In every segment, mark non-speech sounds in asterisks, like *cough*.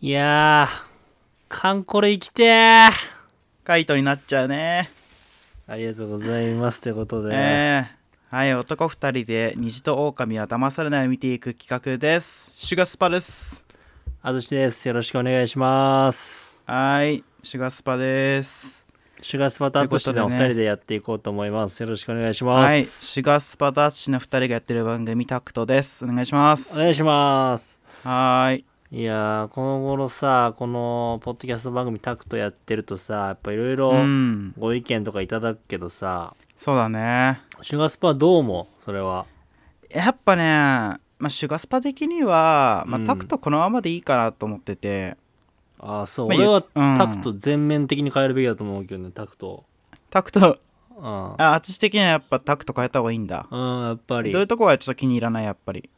いやー、カンコレ生きてーカイトになっちゃうね。ありがとうございます。ということで、ええはい、男二人で虹と狼は騙されないを見ていく企画です。シュガスパです。あずしです。よろしくお願いします。はい、シュガスパです。シュガースパとあずしのおと二いうことでね人でやっていこうと思います。よろしくお願いします。はい、シュガスパダッチの二人がやってる番組タクトです。お願いします。お願いします。はーい。いやー、この頃さ、このポッドキャスト番組タクトやってるとさ、やっぱいろいうろん、ご意見とかいただくけどさ、そうだね。シュガースパはどう思うそれは。やっぱね、まあ、シュガスパ的には、まあうんタクトこのままでいいかなと思ってて、ああ、そう。まあ俺はうんタクト全面的に変えるべきだと思うけどね、タクト。タクト、うん。うん、あ、アーチ的にはやっぱタクト変えた方がいいんだ。やっぱり。どういうとこはちょっと気に入らない、やっぱり。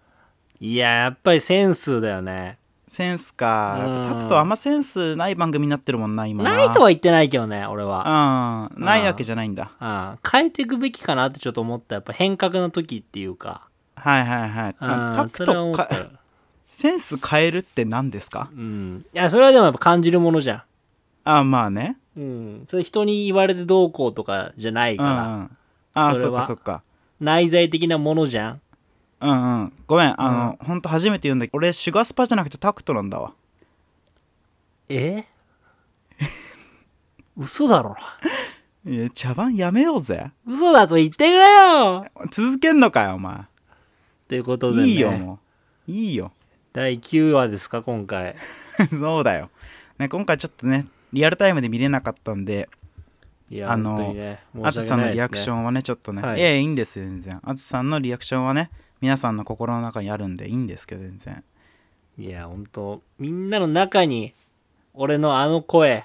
いや、やっぱりセンスだよね。センスか。うんやっぱタクトあんまセンスない番組になってるもんな、今ないとは言ってないけどね、俺は。は。うん。ないわけじゃないんだ。うん、変えていくべきかなってちょっと思った。やっぱ変革の時っていうか。はいはいはうい。ん、タクそれはト思ったか、センス変えるって何ですかうん。いや、それはでもやっぱ感じるものじゃあまあね。ん。うん。それ人に言われてどうこうとかじゃないうかんうら。ん。あそれそっはかそっか。内在的なものじゃん。うんうん。ごめん。あの、ほんと初めて言うんだけど、俺、シュガースパじゃなくてタクトなんだわ。え *laughs* 嘘だろ。いや茶番やめようぜ。嘘だと言ってくれよ続けんのかよ、お前。ということで、ね、いいよ、もう。いいよ。 *laughs* 第9話ですか、今回。そうだよ。ね、今回ちょっとね、リアルタイムで見れなかったんで、いや、あの本当にね、あ申し訳つさんないですのねリアクションはねちょっとね、、はいいやいやいいんですよ全然あつさんのリアクションはね皆さんの心の中にあるんでいいんですけど全然いや、ほんと、みんなの中に、俺のあの声、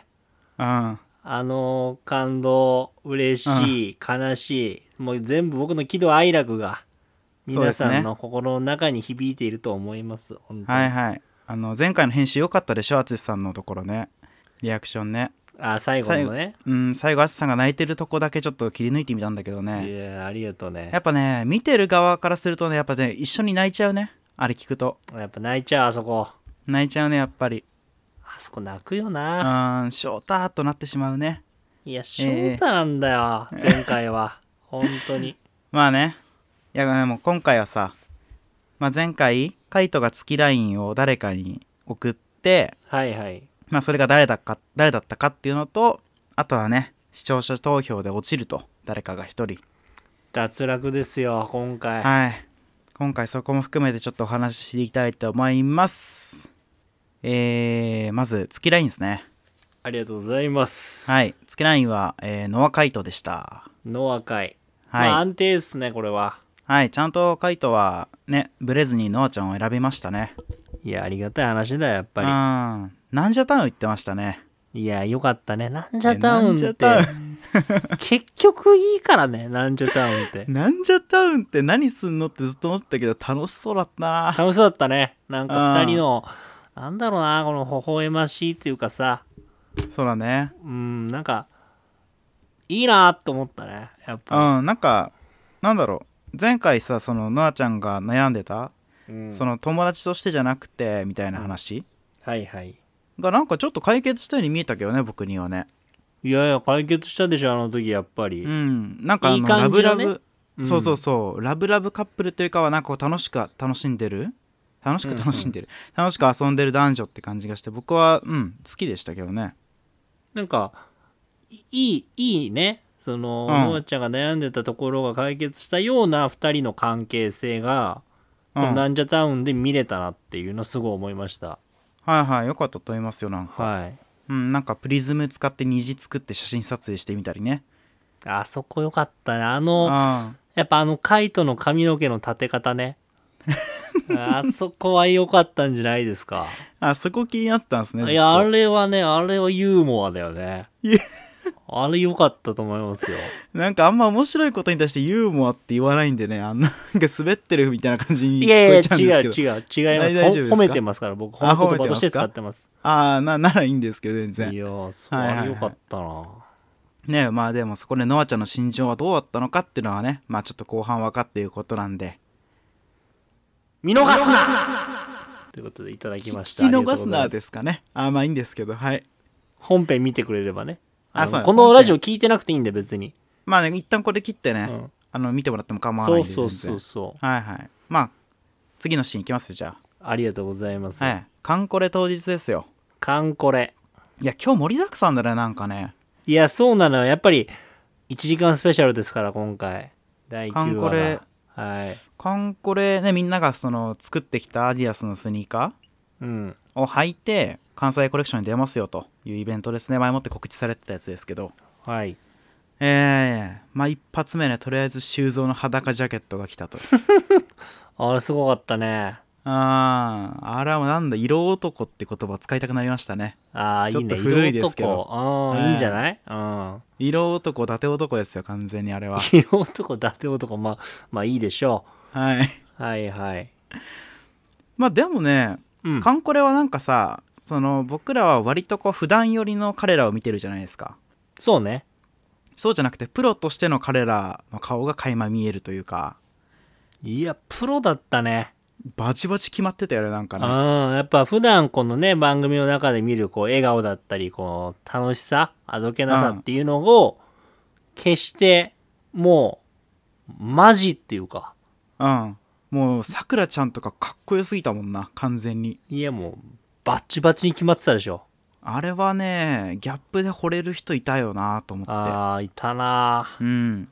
うんあの感動、嬉しい、悲しい、もう全部僕の喜怒哀楽が、皆そうでさすんねの心の中に響いていると思います。本当にはいはいあの前回の編集良かったでしょあつさんのところねリアクションねあ、最後のね。うん最後あつさんが泣いてるとこだけちょっと切り抜いてみたんだけどいねや、ありがとうねや。っぱね見てる側からするとねやっぱね一緒に泣いちゃうねあれ聞くとやっぱ泣いちゃう、あそこ。泣いちゃうねやっぱりあそこ泣くような。んショーターとなってしまうねいや、翔太なんだよ、前回は。本当に。まあね。いや、でも今回はさ、まあ、前回、カイトが月ラインを誰かに送って、はいはい。まあ、それが誰だか、誰だったかっていうのと、あとはね、視聴者投票で落ちると、誰かが一人。脱落ですよ、今回。はい。今回そこも含めてちょっとお話ししていきたいと思います。えー、まず、月ラインですね。ありがとうございます。はい。月ラインは、えー、ノアカイトでした。ノア会。はい。まあ、安定ですね、これは。はい。ちゃんとカイトは、ね、ブレずにノアちゃんを選びましたね。いや、ありがたい話だよ、やっぱうん。なんじゃタウン行ってましたね。り。いや、よかったね。なんじゃタウンっえなんてじゃタ。 *laughs* 結局いいからね、なんじゃタウンって。なんじゃタウンって何すんのってずっと思ってたけど楽しそうだったな。楽しそうだったね。なんか二うん人の、なんだろうな、この微笑ましいっていうかさ、そうだね。うん、なんか、いいなと思ったね、やっうぱ。ん、なんか、なんだろう。前回さ、その、ノアちゃんが悩んでた、うんその友達としてじゃなくて、みたいな話、はいはい。がなんかちょっと解決したように見えたけどね、僕にはね。いやいや、解決したでしょ、あの時、やっぱり。うん。なんかあの、いい感ラじブのラねブ、そうそうそう、ラブラブカップルというかは、なんかこう楽しく楽しんでる楽しく楽しんでる、楽しく遊んでる男女って感じがして、僕は、うん、好きでしたけどね。なんかいいいいいねその、うんノアちゃんが悩んでたところが解決したような2人の関係性が、うこのん。なんじゃタウンで見れたなっていうのすごい思いましたはいはい、よかったと思いますよ、なんか。はいうん、なんかプリズム使って虹作って写真撮影してみたりね。あそこよかったねあのあやっぱあのカイトの髪の毛の立て方 *laughs* ねあそこは良かったんじゃないですかあ、あそこ気になってたんですね。ずっといやあれはねあれはユーモアだよねいやあれ良かったと思いますよなんかあんま面白いことに対してユーモアって言わないんでね、あんな、なんか滑ってるみたいな感じに聞いこやいやえちゃうんですけど。違う違う違いま大す大丈夫ですかほ褒めてますから僕褒あめ褒め言てますか葉として使ってますああ、な、ならいいんですけど、全い然。やーそうはいはあいはいれよかったな、ねまあでもそこでノアちゃんの心情はどうだったのかっていうのはね、まあちょっと後半分かっていうことなんで。見逃すなということでいただきました。聞き逃あすなりがとうございまですかねあーまあいいんですけどはい本編見てくれればね。ああそのうだこのラジオ聞いてなくていいんで別に。まあね一旦これ切ってね、うんあの見てもらっても構わなそいんうでそうそ全う然そう。はいはいまあ次のシーンいきますよじゃありがとうございます。あはいカンコレ当日ですよカンコレ。いや今日盛りだくさんだねなんかねいや、そうなのよ。やっぱり1時間スペシャルですから、今回。第9話カが。ンコレはい。カンコレねみんながその作ってきたアディアスのスニーカうん。ーを履いて関西コレクションに出ますよというイベントですね前もって告知されてたやつですけどはい。ええまあ一発目ねとりあえず修造の裸ジャケットが来たとあれ、すごかったね。あーあれはなんだ色男って言葉使いたくなりましたねああ、いいね。ちょっと古い色ですけど男うん、はいいいんじゃないうん。色男伊達男ですよ完全にあれは *laughs* 色男、伊達男、まあ、まあいいでしょはいう。はいはい。まあでもねうん。カンコレはなんかさその僕らは割とこう普段寄りの彼らを見てるじゃないですかそうね。そうじゃなくてプロとしての彼らの顔が垣間見えるというかいや、プロだったね。バチバチ決まってたよねなんかねうん、やっぱ普段このね番組の中で見るこう笑顔だったりこう楽しさあどけなさっていうのを決してもうマジっていうかうんもうさくらちゃんとかかっこよすぎたもんな完全にいやもうバッチバチに決まってたでしょあれはねギャップで惚れる人いたよなと思ってあーいたなうん、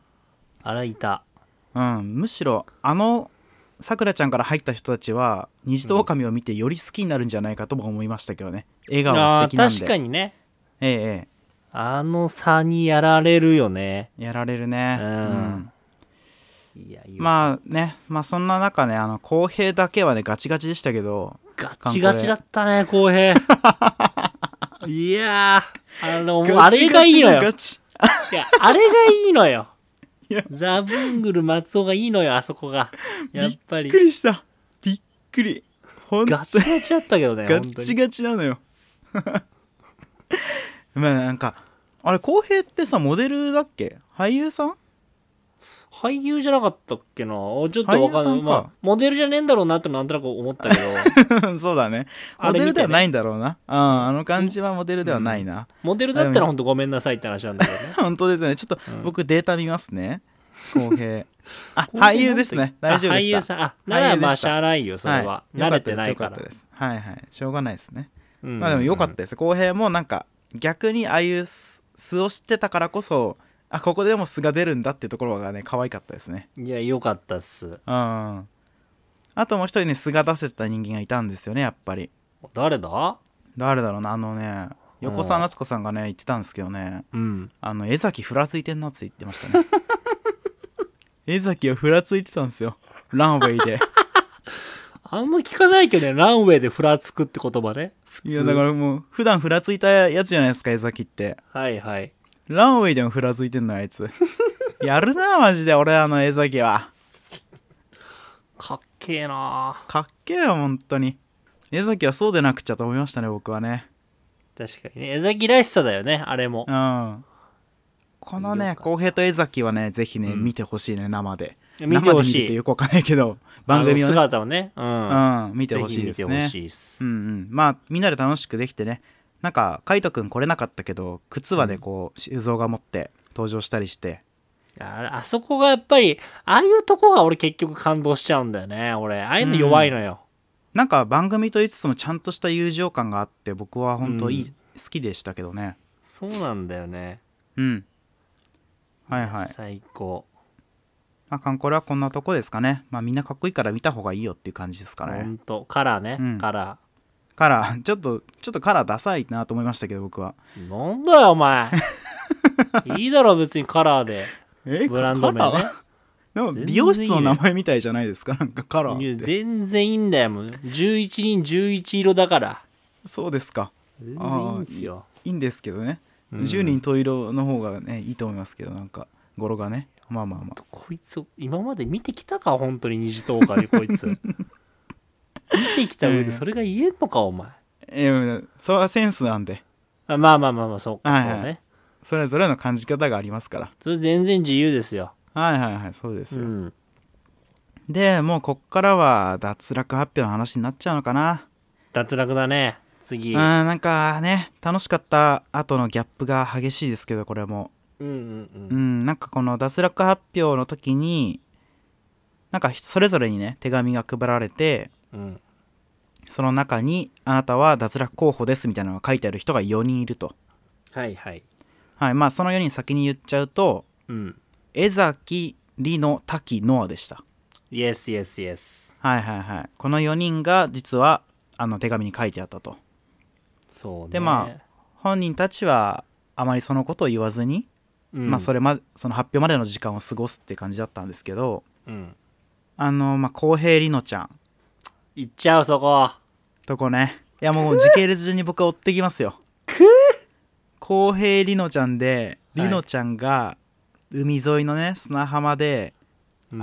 ああれいたうん、むしろあのさくらちゃんから入った人たちは虹と狼を見てより好きになるんじゃないかとも思いましたけどね笑顔があ素ー敵なんで確かにねえええあの差にやられるよねえやられるねうんうんいやいやまあねまあそんな中ねあの公平だけはねガチガチでしたけどガッチガチだったね浩平 *laughs* いやーあのもうあガチれがいいのよガチいや、あれがいいのよ *laughs* いや。ザ・ブングル松尾がいいのよ、あそこが。やっぱびりっく。りしたびっくりほんとガチガチだったけどね、ガ本当チに。ガチなのよ *laughs* まあなんかあれ浩平ってさモデルだっけ俳優さん俳優じゃなかったっけなおちょっとわかんな俳優さい。んかまあ、モデルじゃねえんだろうなってなんとなく思 *laughs* ったけど。うんそうだねモあれ見てねデルではないんだろうな、うんあの感じはモデルではないな、モデルだったらほんとごめんなさいって話なんだけどね。本当ですねちょっとうん僕データ見ますね浩平あこういうのって俳優ですね大丈夫でしたあ俳優さん。あ、なら俳優でしたまあ、しゃあないよ、それは。い、慣れてないかよらった。ですよかったですはいはいしょうがないですね、ままあでもよかったです浩平もなんか逆にああいう素素を知ってたからこそあここでも素が出るんだってところがね可愛かったですねいや、よかったっす。うんあともう一人ね素が出せてた人間がいたんですよねやっぱり誰だ誰だろうなあのね横澤夏子さんがね言ってたんですけどねうん。あの江崎ふらついてんなって言ってました *laughs* ね江崎はふらついてたんですよランウェイであんま聞かないけどね、ランウェイでふらつくって言葉ね。普通いやだからもう普段ふらついたやつじゃないですか江崎ってはいはい。ランウェイでもふらついてんのあいつ *laughs* やるなマジで俺あの江崎はかっけえなかっけえよ本当に江崎はそうでなくちゃと思いましたね僕はね確かにね江崎らしさだよねあれもうんこのいいねよか浩平と江崎はねぜひね、うん見てほしいね生で見てほ生で見るしっていよくわかんないけど番組あのをね、姿をねうん、うん、見てほしいぜですひ見てねほしいっすうんうんまあみんなで楽しくできてねなんか海斗くん来れなかったけど靴はねこう修造が持って登場したりしてあれあそこがやっぱりああいうとこが俺結局感動しちゃうんだよね俺ああいうの弱いのよ、なんか番組と言いつつもちゃんとした友情感があって僕は本当いい、うん好きでしたけどねそうなんだよねうんはいはい最高あかんこれはこんなとこですかねまあみんなかっこいいから見た方がいいよっていう感じですかほねんとカラーね、うんカラカラーちょっとちょっとカラーダサいなと思いましたけど僕はーなんだよお *laughs* 前いいだろ別にカラーでえブランド名ねでも全然いいよ美容室の名前みたいじゃないですかなんかカラいーやって全然いいんだよもう11人11色だからそうですか全然いいんすよいいんですけどね、うん10人十色の方がねいいと思いますけどなんか語呂がねまあまあまあこいつ今まで見てきたか本当に虹と狼こい *laughs* つ見てきた上でそれが言えんのかお前えー、それはセンスなんであまあまあまあまあそうか、はいはいそうねそれぞれの感じ方がありますからそれ全然自由ですよはいはいはいそうですうよ、んでもうこっからは脱落発表の話になっちゃうのかな脱落だね次うん、なんかね、楽しかった後のギャップが激しいですけど、これも。うんうんううんん、なんかこの脱落発表の時に、なんかそれぞれにね、手紙が配られて、うんその中に、あなたは脱落候補ですみたいなのが書いてある人が4人いると。はいはいはい、まあその4人先に言っちゃうと、うん江崎、里乃、滝、ノアでした。イエスイエスイエスはいはいはい。この4人が実は、あの手紙に書いてあったと。そうねでま本人たちは、あまりそのことを言わずに、うんまあそれまその発表までの時間を過ごすって感じだったんですけどうんあのまあ浩平里乃ちゃん行っちゃうそことこねいやもう時系列順に僕は追ってきますよ浩平里乃ちゃんではい里乃ちゃんが海沿いのね砂浜で、うん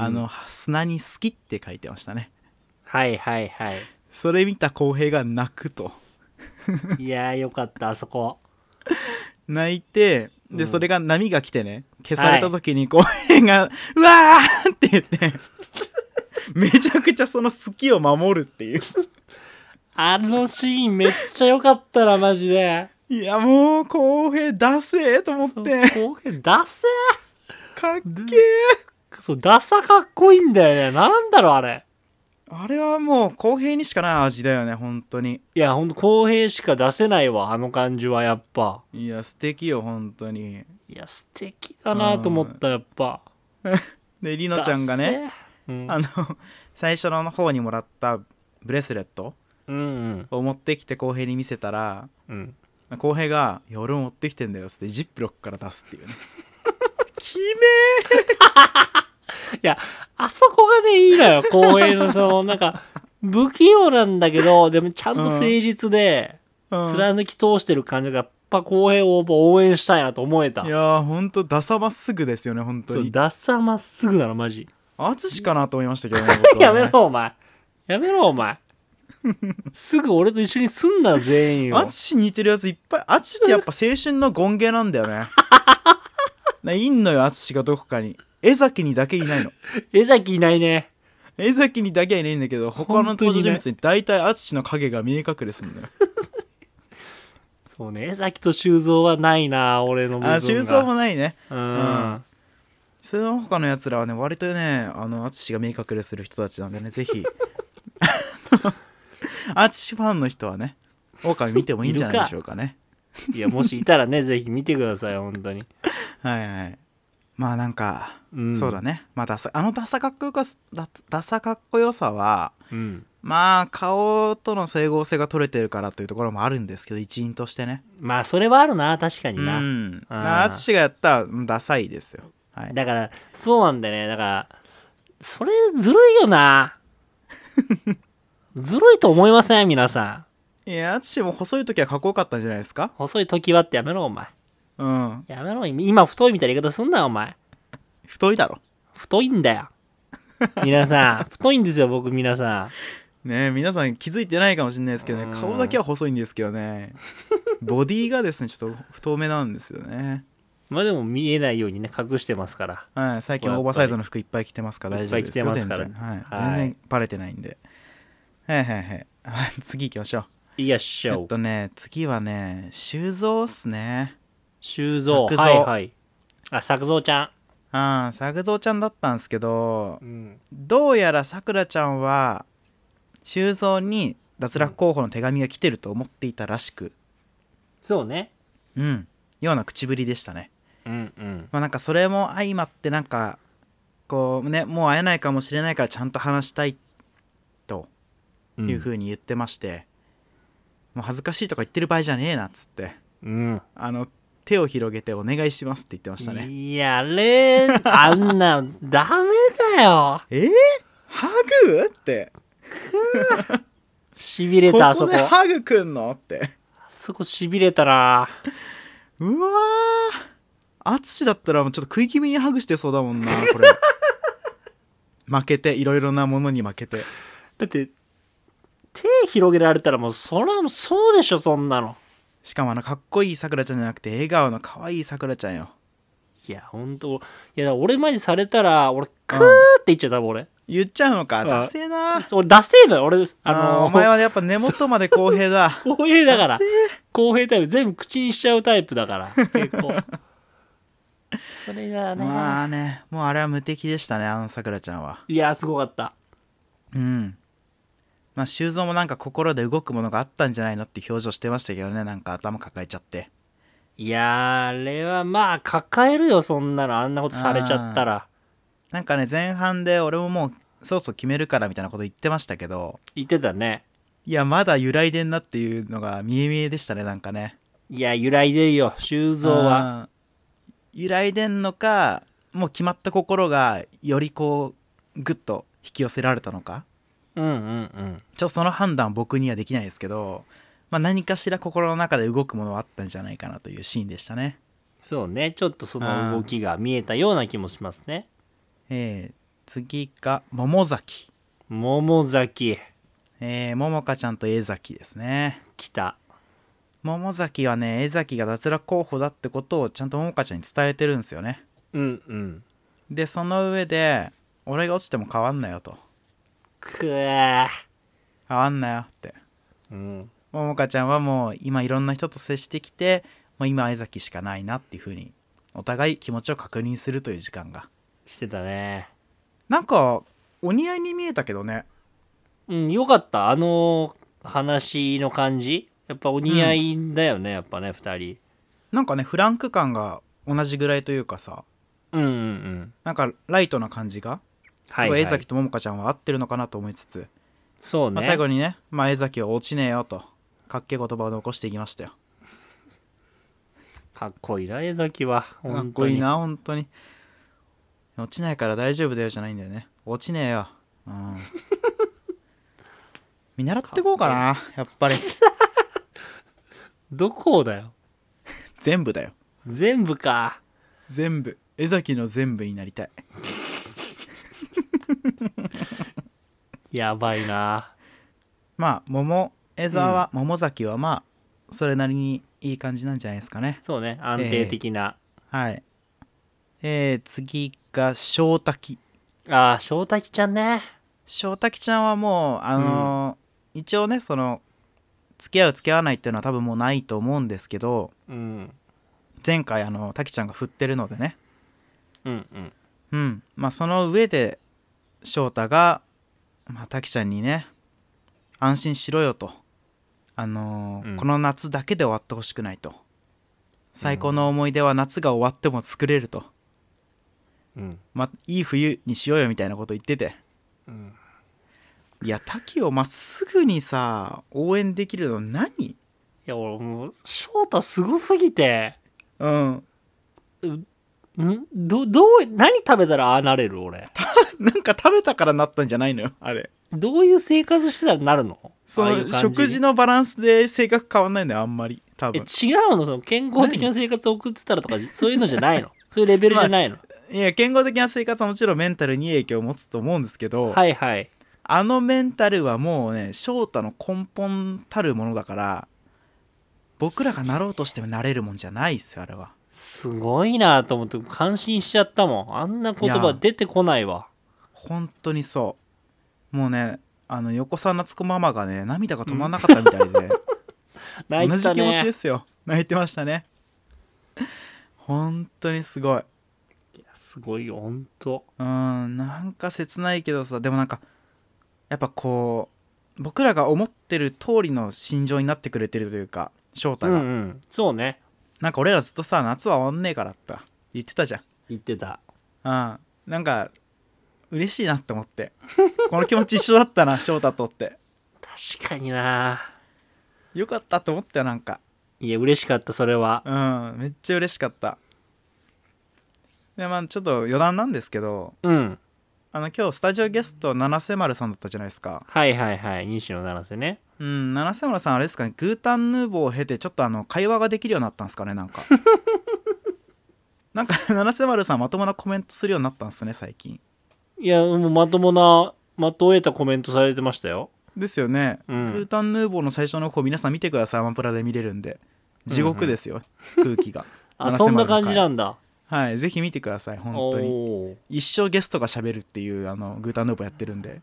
あの砂に「好き」って書いてましたねはいはいはいそれ見た浩平が泣くといやーよかったあそこ泣いてうで、んそれが波が来てね消された時に浩平が「うわー!」って言ってめちゃくちゃその好きを守るっていうあのシーンめっちゃ良かったなマジでいやもう公平出せーと思って後編ダセかっけーーそうダサかっこいいんだよねなんだろうあれあれはもう公平にしかない味だよね本当にいやほんと公平しか出せないわあの感じはやっぱいや素敵よ本当にいや素敵だなと思ったやっぱでりのちゃんがねダセーうんあの最初の方にもらったブレスレットうんうんを持ってきて公平に見せたらうん公平が「いや俺も持ってきてんだよ」っつってジップロックから出すっていう *laughs* ねきめいや、あそこがね、いいの *laughs* よ。公平のその、なんか、不器用なんだけど、でもちゃんと誠実で、ー、うん貫き通してる感じが、やっぱ公平をやっぱ応援したいなと思えたい。やーほんとダサまっすぐですよね本当そう、にダッサまっすぐなの、マジ。淳かなと思いましたけどね僕はねやめろ、お前。やめろ、お *laughs* 前。すぐ俺と一緒にすんな、全員をア。チシに似てるやついっぱいアチシってやっぱ青春の権限なんだ *laughs* よねないんのよアチシがどこかに江崎にだけいないの江崎いないね。江崎にだけはいないんだけど他の本当に登ね場人物に大体アチシの影が見え隠れするん *laughs* だよそうね、江崎と修造はないな、俺の部分が。あ修造もないねうん。その他のやつらはね割とねあのアチシが見え隠れする人たちなんでねぜ *laughs* ひアチシファンの人はねオオカミ見てもいいんじゃないでしょうかねいや、もしいたらね、ぜひ見てください、本当に。はいはいまあなんかうん。そうだね、まあ、ダサあのダサかっこよかダダサかっこよさはうん。まあ顔との整合性が取れてるからというところもあるんですけど一員としてねまあそれはあるな確かうにな、んあー淳がやったらうんダサいですよはいだからそうなんだよねだからそれずるいよな *laughs* ずるいと思いません皆さんいや淳も細い時はかっこよかったんじゃないですか細い時はってやめろお前うんやめろ今太いみたいな言い方すんなお前太いだろ太いんだよ皆さん *laughs* 太いんですよ僕皆さねえ皆さん気づいてないかもしれないですけどうんね顔だけは細いんですけどねボディがですねちょっと太めなんですよねんまあでも見えないようにね隠してますからはい、最近オーバーサイズの服いっぱい着てますからい大っ丈ぱ夫いです着てよ全ますから然、はいはい全然バレてないんではいはいはいあ次行きましょういやっしえゃっおとね次はね修造っすね修造作造はいはいあ作造ちゃああ作造ちゃんだったんですけどん、うん、どうやらさくらちゃんは修造に脱落候補の手紙が来てると思っていたらしくそうねうんような口ぶりでしたねうんうんまあなんかそれも相まってなんかこうねもう会えないかもしれないからちゃんと話したいとうんいうふうに言ってまして、もう恥ずかしいとか言ってる場合じゃねえなっつってうんあの手を広げてお願いしますって言ってましたねいや、あれ、あんな、ダメだよ。えー、ハグってしびれこた、あそここ。でハグくんのってあそこしびれたな。うわー淳だったらもうちょっと食い気味にハグしてそうだもんな *laughs* これ負けていろいろなものに負けてだって、手広げられたらもう、それはもうそうでしょ、そんなの。しかもあのかっこいいさくらちゃんじゃなくて笑顔の可愛いさくらちゃんよいや、ほんと、いや、俺マジされたら、俺、クーって言っちゃう、多分俺。い言っちゃうのか。まあダセえな。俺、ダセえのよ、俺、ああのー、のお前はやっぱ根元まで公 *laughs* 平だ。公平だからダセ。公平タイプ、全部口にしちゃうタイプだから、結 *laughs* 構。それがね、まあね、もうあれは無敵でしたね、あのさくらちゃんは。いや、すごかった。うん。まあ、修造もなんか心で動くものがあったんじゃないのって表情してましたけどね、なんか頭抱えちゃって。いやー、あれはまあ、抱えるよ、そんなの。あんなことされちゃったら。なんかね、前半で俺ももう、そうそう決めるからみたいなこと言ってましたけど、言ってたね。いや、まだ揺らいでんなっていうのが見え見えでしたね、なんかね。いや、揺らいでるよ、修造は。うん揺らいでんのかもう決まった心がよりこうグッと引き寄せられたのかうんうんうん。ちょっとその判断僕にはできないですけど、まあ、何かしら心の中で動くものはあったんじゃないかなというシーンでしたね。そうね、ちょっとその動きが見えたような気もしますね。えー次が桃崎、桃崎、えー、桃香ちゃんと江崎ですね。来た。桃崎はね江崎が脱落候補だってことをちゃんと桃香ちゃんに伝えてるんですよね。うんうん。でその上で俺が落ちても変わんなよとくわ変わんなよってー。うん。ももかちゃんはもう今いろんな人と接してきてもう今江崎しかないなっていう風にお互い気持ちを確認するという時間がしてたね。なんかお似合いに見えたけどねうん、よかった。あの話の感じ。やっぱお似合いだよね、やっぱね、二人。なんかねフランク感が同じぐらいというかさうんうんうん。なんかライトな感じがすごい江崎とももかちゃんは合ってるのかなと思いつつ、そうね。まあ、最後にね、まあ、江崎は落ちねえよとかっけえ言葉を残していきましたよかっこいいな、江崎は。かっ本当こいにいな本当に落ちないから大丈夫だよじゃないんだよね落ちねえようん見習ってこうかなやっぱりどこだよ。全部だよ全部か。全部江崎の全部になりたいやばいな。まあ桃江沢は、桃崎はまあそれなりにいい感じなんじゃないですかねそうね、安定的な。はいえー、次が翔滝ああ、翔太ちゃんね。翔滝ちゃんはもうあのー一応ねその付き合う付き合わないっていうのは多分もうないと思うんですけど、うん。前回あの滝ちゃんが振ってるのでねうんうん。うんまあその上で翔太が、まあ、滝ちゃんにね安心しろよとあのーうんこの夏だけで終わってほしくないと最高の思い出は夏が終わっても作れると、うん。まあ、いい冬にしようよみたいなこと言ってて、うんいや滝をまっすぐにさ応援できるの何いや、俺もう、翔太すごすぎて、うんんど、どう、何食べたらああなれる俺。なんか食べたからなったんじゃないのよあれどういう生活してたらなるのそああいうの感じ食事のバランスで性格変わんないのよあんまり多え、分違うのその健康的な生活を送ってたらとか、そういうのじゃないのそういうレベルじゃないのいや健康的な生活はもちろんメンタルにいい影響を持つと思うんですけど、はいはい。あのメンタルはもうね翔太の根本たるものだから僕らがなろうとしてもなれるもんじゃないっすよあれはすごいなと思って感心しちゃったもん。あんな言い葉や出てこないわ。本当にそうもうねあの横澤夏子ママがね涙が止まんなかったみたいで、泣い同てじた気持ちでね。すよ泣いてましたね本当にすごいすごいよ、ほんと。うんなんか切ないけどさでもなんかやっぱこう僕らが思ってる通りの心情になってくれてるというか翔う太んうが、ん。そうね。なんか俺らずっとさ夏は終わんねえからって言ってたじゃん言ってた。うんなんか嬉しいなって思って *laughs* この気持ち一緒だったな翔太とって確かになよかったと思ったよなんかいや、嬉しかった、それは。うんめっちゃ嬉しかったでまあちょっと余談なんですけどうん。あの今日スタジオゲスト七瀬丸さんだったじゃないですかはいはいはい。西野七瀬ね。うん、七瀬村さんあれですかねグータンヌーボーを経てちょっとあの会話ができるようになったんですかねな *laughs* んかなんか七瀬丸さんまともなコメントするようになったんですね最近いや、もうまともな、まとえたコメントされてましたよ。ですよね、うんグータンヌーボーの最初の方皆さん見てくださいアマプラで見れるんで地獄ですよ、空気が *laughs* あ、そんな感じなんんだ。はいぜひ見てください本お当にー一生ゲストが喋るっていうあのグータンヌーボーやってる *laughs* んで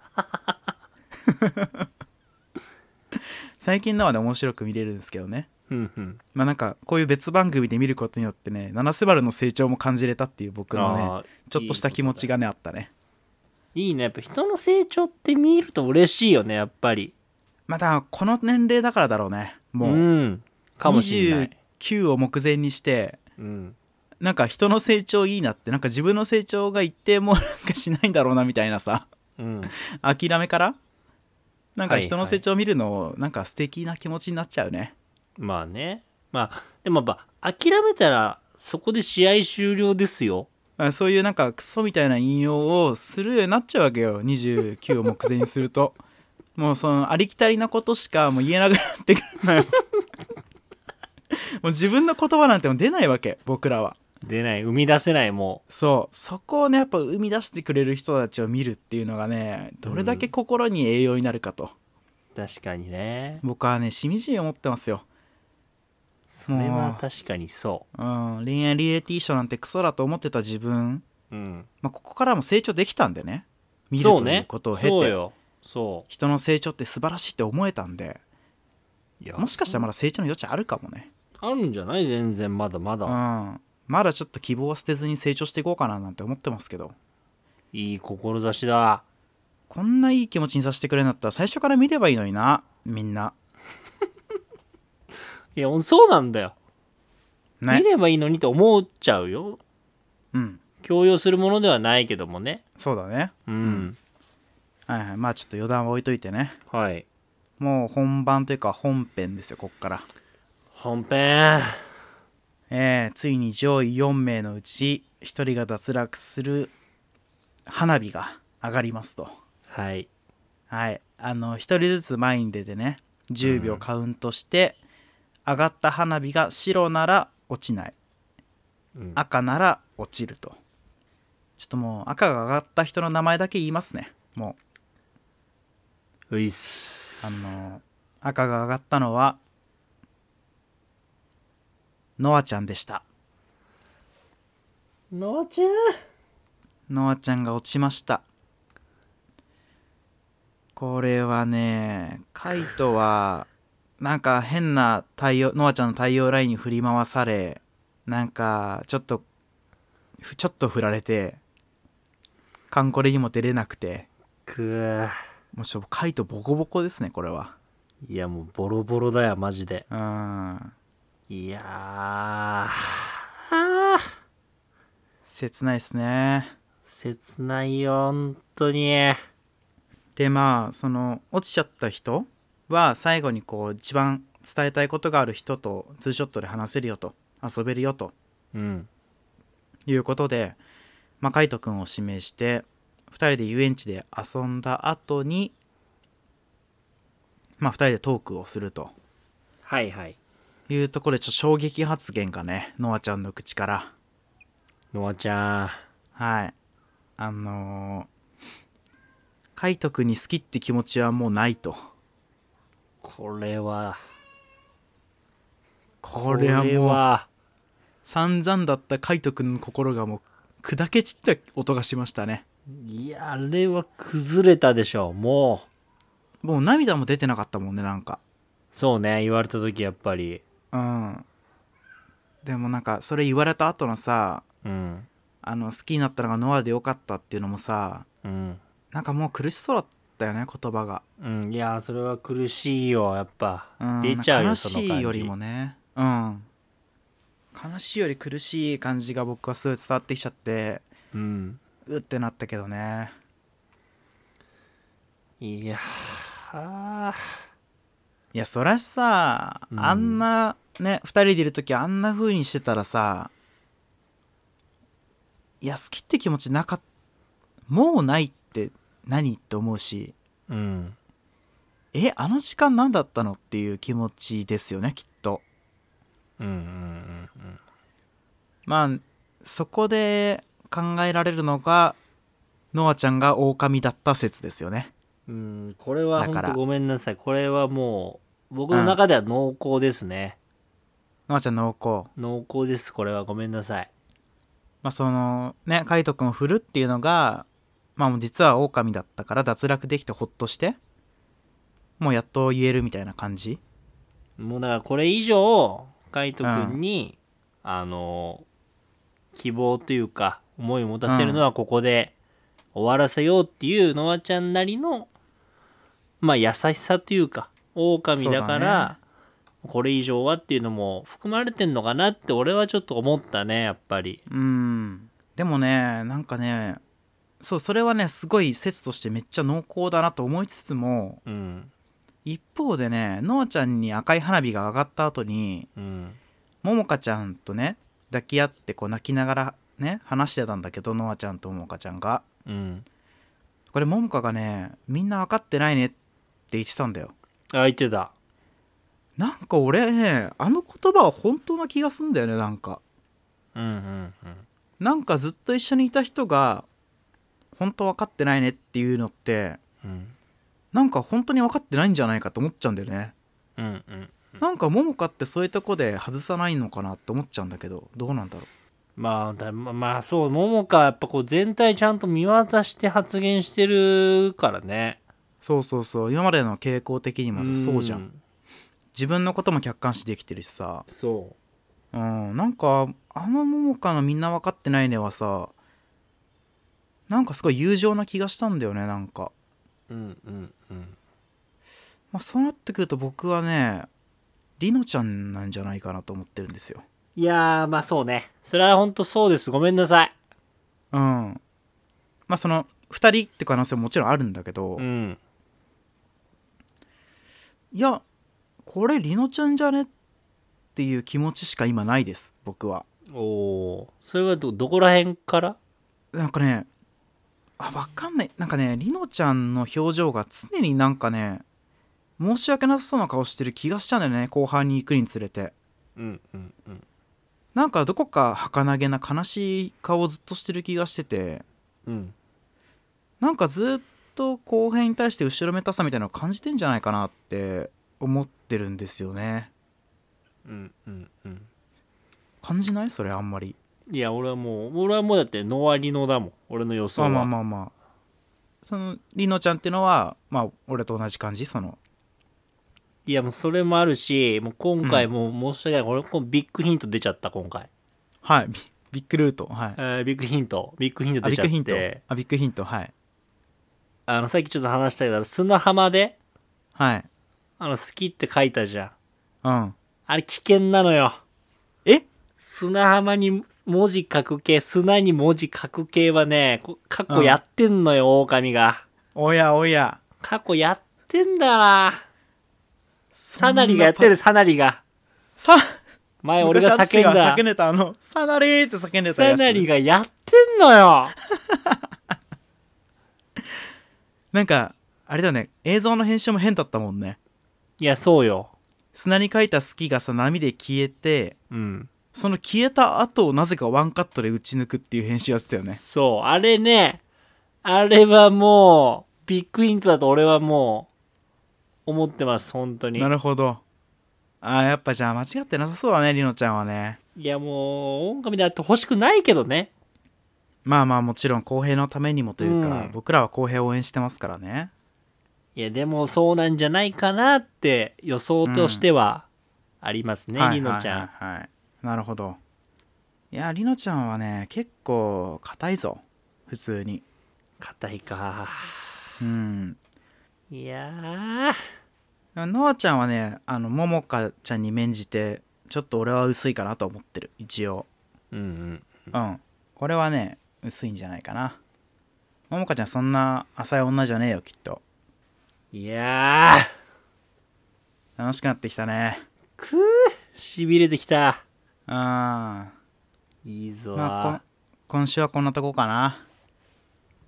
最近のはね面白く見れるんですけどねうんうんまあなんかこういう別番組で見ることによってね七瀬丸の成長も感じれたっていう僕のねあーちょっとした気持ちがねあったねいいねやっぱ人の成長って見ると嬉しいよねやっぱりまたこの年齢だからだろうねうもうんかもしれない、 29を目前にしてうん、なんか人の成長いいなってなんか自分の成長が一定もなんかしないんだろうなみたいなさ *laughs* うん、諦めからなんかはい人の成長を見るのなんか素敵な気持ちになっちゃうね、まあねまあでもやっぱ諦めたらそこで試合終了ですよあそういうなんかクソみたいな引用をするようになっちゃうわけよ29を目前にすると *laughs* もうそのありきたりなことしかもう言えなくなってくるのよ *laughs* もう自分の言葉なんてもう出ないわけ僕らは出ない生み出せないもそうそこをねやっぱ生み出してくれる人たちを見るっていうのがねどれだけ心に栄養になるかと、う確かにね僕はねしみじみ思ってますよそれは確かにそうん、恋愛リレティーションなんてクソだと思ってた自分、う、うん、まあ、ここからも成長できたんでね見るそうといねうことを経そうて、よそ人の成長って素晴らしいって思えたんでういやもしかしたらまだ成長の余地あるかもね、あるんじゃない全然まだまうだん、まだちょっと希望を捨てずに成長していこうかななんて思ってますけどいい志だこんないい気持ちにさせてくれるんだったら最初から見ればいいのになみんないやそうなんだよ、見ねればいいのにと思っちゃうようん強要するものではないけどもねそうだねうん、はいはいまあちょっと余談は置いといてねはいもう本番というか本編ですよこっから本編えーついに上位4名のうち1人が脱落する花火が上がりますと。はいはい。あの、1人ずつ前に出てね、10秒カウントして、上がった花火が白なら落ちない、うん赤なら落ちると。ちょっともう赤が上がった人の名前だけ言いますね。もういっすう、あの、赤が上がったのは、ノアちゃんでした。のあちゃんノアちゃんが落ちましたこれはねカイトはなんか変な太陽ノアちゃんの太陽ラインに振り回されなんかちょっとふちょっと振られてカンコレにも出れなくてくーもうちょカイトボコボコですねこれはいやもうボロボロだよマジでうんいやーあー切ないですね切ないよ本当にでまあその落ちちゃった人は最後にこう一番伝えたいことがある人とツーショットで話せるよと遊べるよとうんいうことで、まあ、カイトくんを指名して2人で遊園地で遊んだ後にまあ2人でトークをするとはいはいいうところでちょっと衝撃発言がねノアちゃんの口からのあちゃんはいあのー、カイトくんに好きって気持ちはもうないとこれはこれはもうは散々だったカイトくんの心がもう砕け散った音がしましたねいやあれは崩れたでしょももう涙も出てなかったもんねなんかうそうね言われた時やっぱりうんでもなんかそれ言われた後のさうんあの好きになったのがノアでよかったっていうのもさうんなんかもう苦しそうだったよね言葉が、うんいやそれは苦しいよやっぱ、うん、出ちゃうよ悲そのし感じいよりもねうん悲しいより苦しい感じが僕はすごい伝わってきちゃってうんうってなったけどねいやーいやそらさうんあんなね、二2人でいる時あんな風にしてたらさいや好きって気持ちなかっもうないって何って思うしうんえあの時間何だったのっていう気持ちですよねきっとうんうんうんまあそこで考えられるのがノアちゃんが狼だった説ですよねうん、これはだか本ら当ごめんなさい。これはもう、僕の中では濃厚ですね。ノアちゃん濃厚濃厚です。これはごめんなさい。まあ、そのねカイト君を振るっていうのが、まあ、もう実は狼だったから脱落できてほっとしてもうやっと言えるみたいな感じもうだからこれ以上カイト君に、あの希望というか思いを持たせるのはここで終わらせようっていうノアちゃんなりのまあ優しさというか狼だからこれ以上はっていうのも含まれてんのかなって俺はちょっと思ったねやっぱりうんでもねなんかねそうそれはねすごい説としてめっちゃ濃厚だなと思いつつもうん一方でねのあちゃんに赤い花火が上がった後にうんももかちゃんとね抱き合ってこう泣きながらね話してたんだけどのあちゃんとももかちゃんがうんこれももかがねみんな分かってないねって言ってたんだよあ言ってたなんか俺ねあの言葉は本当な気がすんだよねなんかうんうんうんなんかずっと一緒にいた人が本当分かってないねっていうのってうんなんか本当に分かってないんじゃないかと思っちゃうんだよねうんうんなんかももかってそういうとこで外さないのかなって思っちゃうんだけどどうなんだろうまあだままあそうももかやっぱこう全体ちゃんと見渡して発言してるからねそうそうそう今までの傾向的にもそうじゃんん自分のことも客観視できてるしさそううんなんかあのももかのみんな分かってないねはさなんかすごい友情な気がしたんだよねなんか、うんうんうんまあ、そうなってくると僕はねりのちゃんなんじゃないかなと思ってるんですよいやーまあそうねそれは本当そうですごめんなさいうんまあその2人って可能性ももちろんあるんだけど、うんいやこれりのちゃんじゃねっていう気持ちしか今ないです僕はおおそれはどどこら辺からなんかねあわかんないなんかねりのちゃんの表情が常になんかね申し訳なさそうな顔してる気がしたんだよね後半に行くにつれてうんうんうんなんかどこか儚げな悲しい顔をずっとしてる気がしててうんなんかずっと後編に対して後ろめたさみたいなのを感じてんじゃないかなって思ってるんですよねうんうんうん感じないそれあんまりいや俺はもう俺はもうだってノアリノだもん俺の予想まはあまあまあまあそのりのちゃんっていうのはまあ俺と同じ感じそのいやもうそれもあるしもう今回もう申し訳ない、俺こうビッグヒント出ちゃった今回、はいビビッグルートはいえービッグヒントビッグヒントあ出ビちゃッグっヒントてあビッグヒントはいあのさっきちょっと話したけど砂浜ではいあの好きって書いたじゃんうんあれ危険なのよえ砂浜に文字書く系砂に文字書く系はねこ過去やってんのよ、狼がおやおや過去やってんだなササナリがやってるサナリがさ *laughs* 前俺が昔淳叫んだ叫んでたあのサナリーって叫んでたやサつナリがやってんのよなんかあれだね映像の編集も変だったもんねいやそうよ砂に書いた好きがさ波で消えてうんその消えた後をなぜかワンカットで打ち抜くっていう編集やってたよねそうあれねあれはもうビッグヒントだと俺はもう思ってます本当になるほどあーやっぱじゃあ間違ってなさそうだねりのちゃんはねいやもう狼であって欲しくないけどねまあまあもちろん公平のためにもというか、うん僕らは公平を応援してますからねいやでもそうなんじゃないかなって予想としてはありますね、りのちゃん、はいはいはいはいなるほどいやりのちゃんはね結構硬いぞ普通に硬いかうんいやノアちゃんはねあのももかちゃんに免じてちょっと俺は薄いかなと思ってる一応ーうんうんうんこれはね薄いんじゃないかなももかちゃんそんな浅い女じゃねえよきっといやー楽しくなってきたねしびれてきたうんまいいぞー、あこ今週はこんなとこかな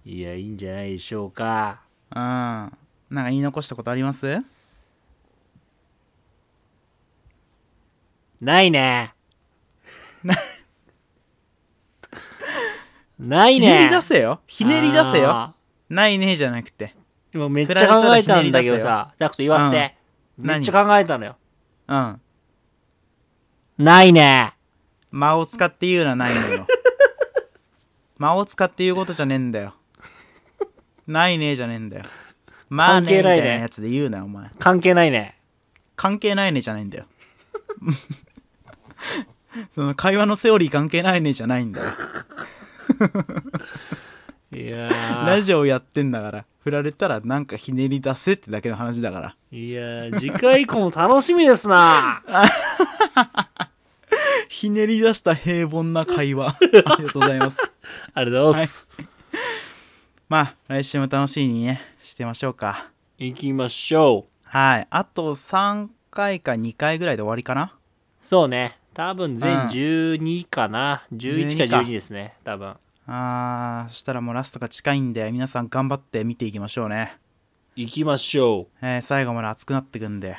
いやいいんじゃないでしょうかうんなんか言い残したことありますない *laughs* ねないひねねり出せよひねり出せよあないねえじゃなくてー今めっちゃ考えたんだけど振らさダクト言わせて、うんめっちゃ考えたのようんないね *laughs* 間を使って言うのはないのよ間を使って言うことじゃねえんだよ。ないねえじゃねえんだよ。まあ関ねえ係なみたいねいなやつで言うなよ、お前。関係ないね関係ないねじゃないんだよ。その会話のセオリー関係ないねじゃないんだよ。いやラージオやってんだから、振られたらなんかひねり出せってだけの話だから。いやー次回以降も楽しみです *laughs* なひねり出した平凡な会話。ありがとうございます。ありがとうございます、まあ、来週も楽しいにね、してましょうか。行きましょうはい。あと3回か2回ぐらいで終わりかな。そうね多分うん全12かな、11か12 12ですね多分あー、そしたらもうラストが近いんで、皆さん頑張って見ていきましょうね。行きましょえー最後まで熱くなってくんで。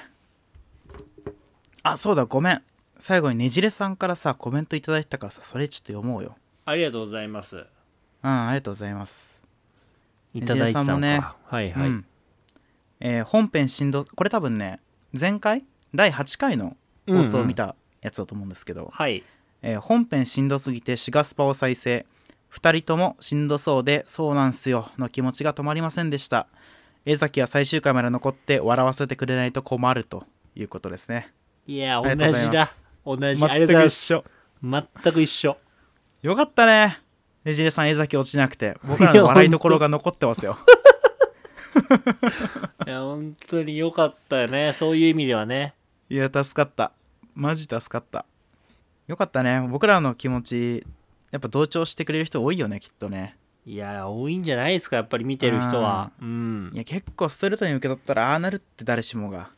あ、そうだ、ごめん。最後にねじれさんからさ、コメントいただいてたからさ、それちょっと読もうよ。うありがとうございますうん、ありがとうございます。いただいてたのねじれさんもか、ねはいはい、うん。えー本編しんど、これ多分ね、前回第8回の放送を見たやつだと思うんですけど、はいえー本編しんどすぎてシガスパを再生2人ともしんどそうでそうなんすよの気持ちが止まりませんでした江崎は最終回まで残って笑わせてくれないと困るということですねいやあーりが同とうございじまだす同じありがと全うござくいま一す緒全く一緒よかったねねじれさん江崎落ちなくて僕らの笑いどころが残ってますよいや本当に良かったよねそういう意味ではねいや助かったマジ助かったよかったね僕らの気持ちやっぱ同調してくれる人多いよねきっとねいや多いんじゃないですかやっぱり見てる人はうんいや結構ストレートに受け取ったらああなるって誰しもが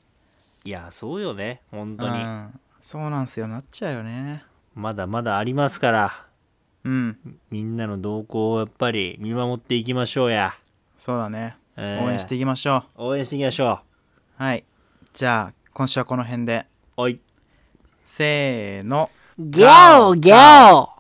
いやそうよね本当にうんそうなんすよなっちゃうよねまだまだありますからうんみんなの動向をやっぱり見守っていきましょうや、そうだね、えー応援していきましょ応援していきましょうはいじゃあ今週はこの辺でうおいせーの GO! GO!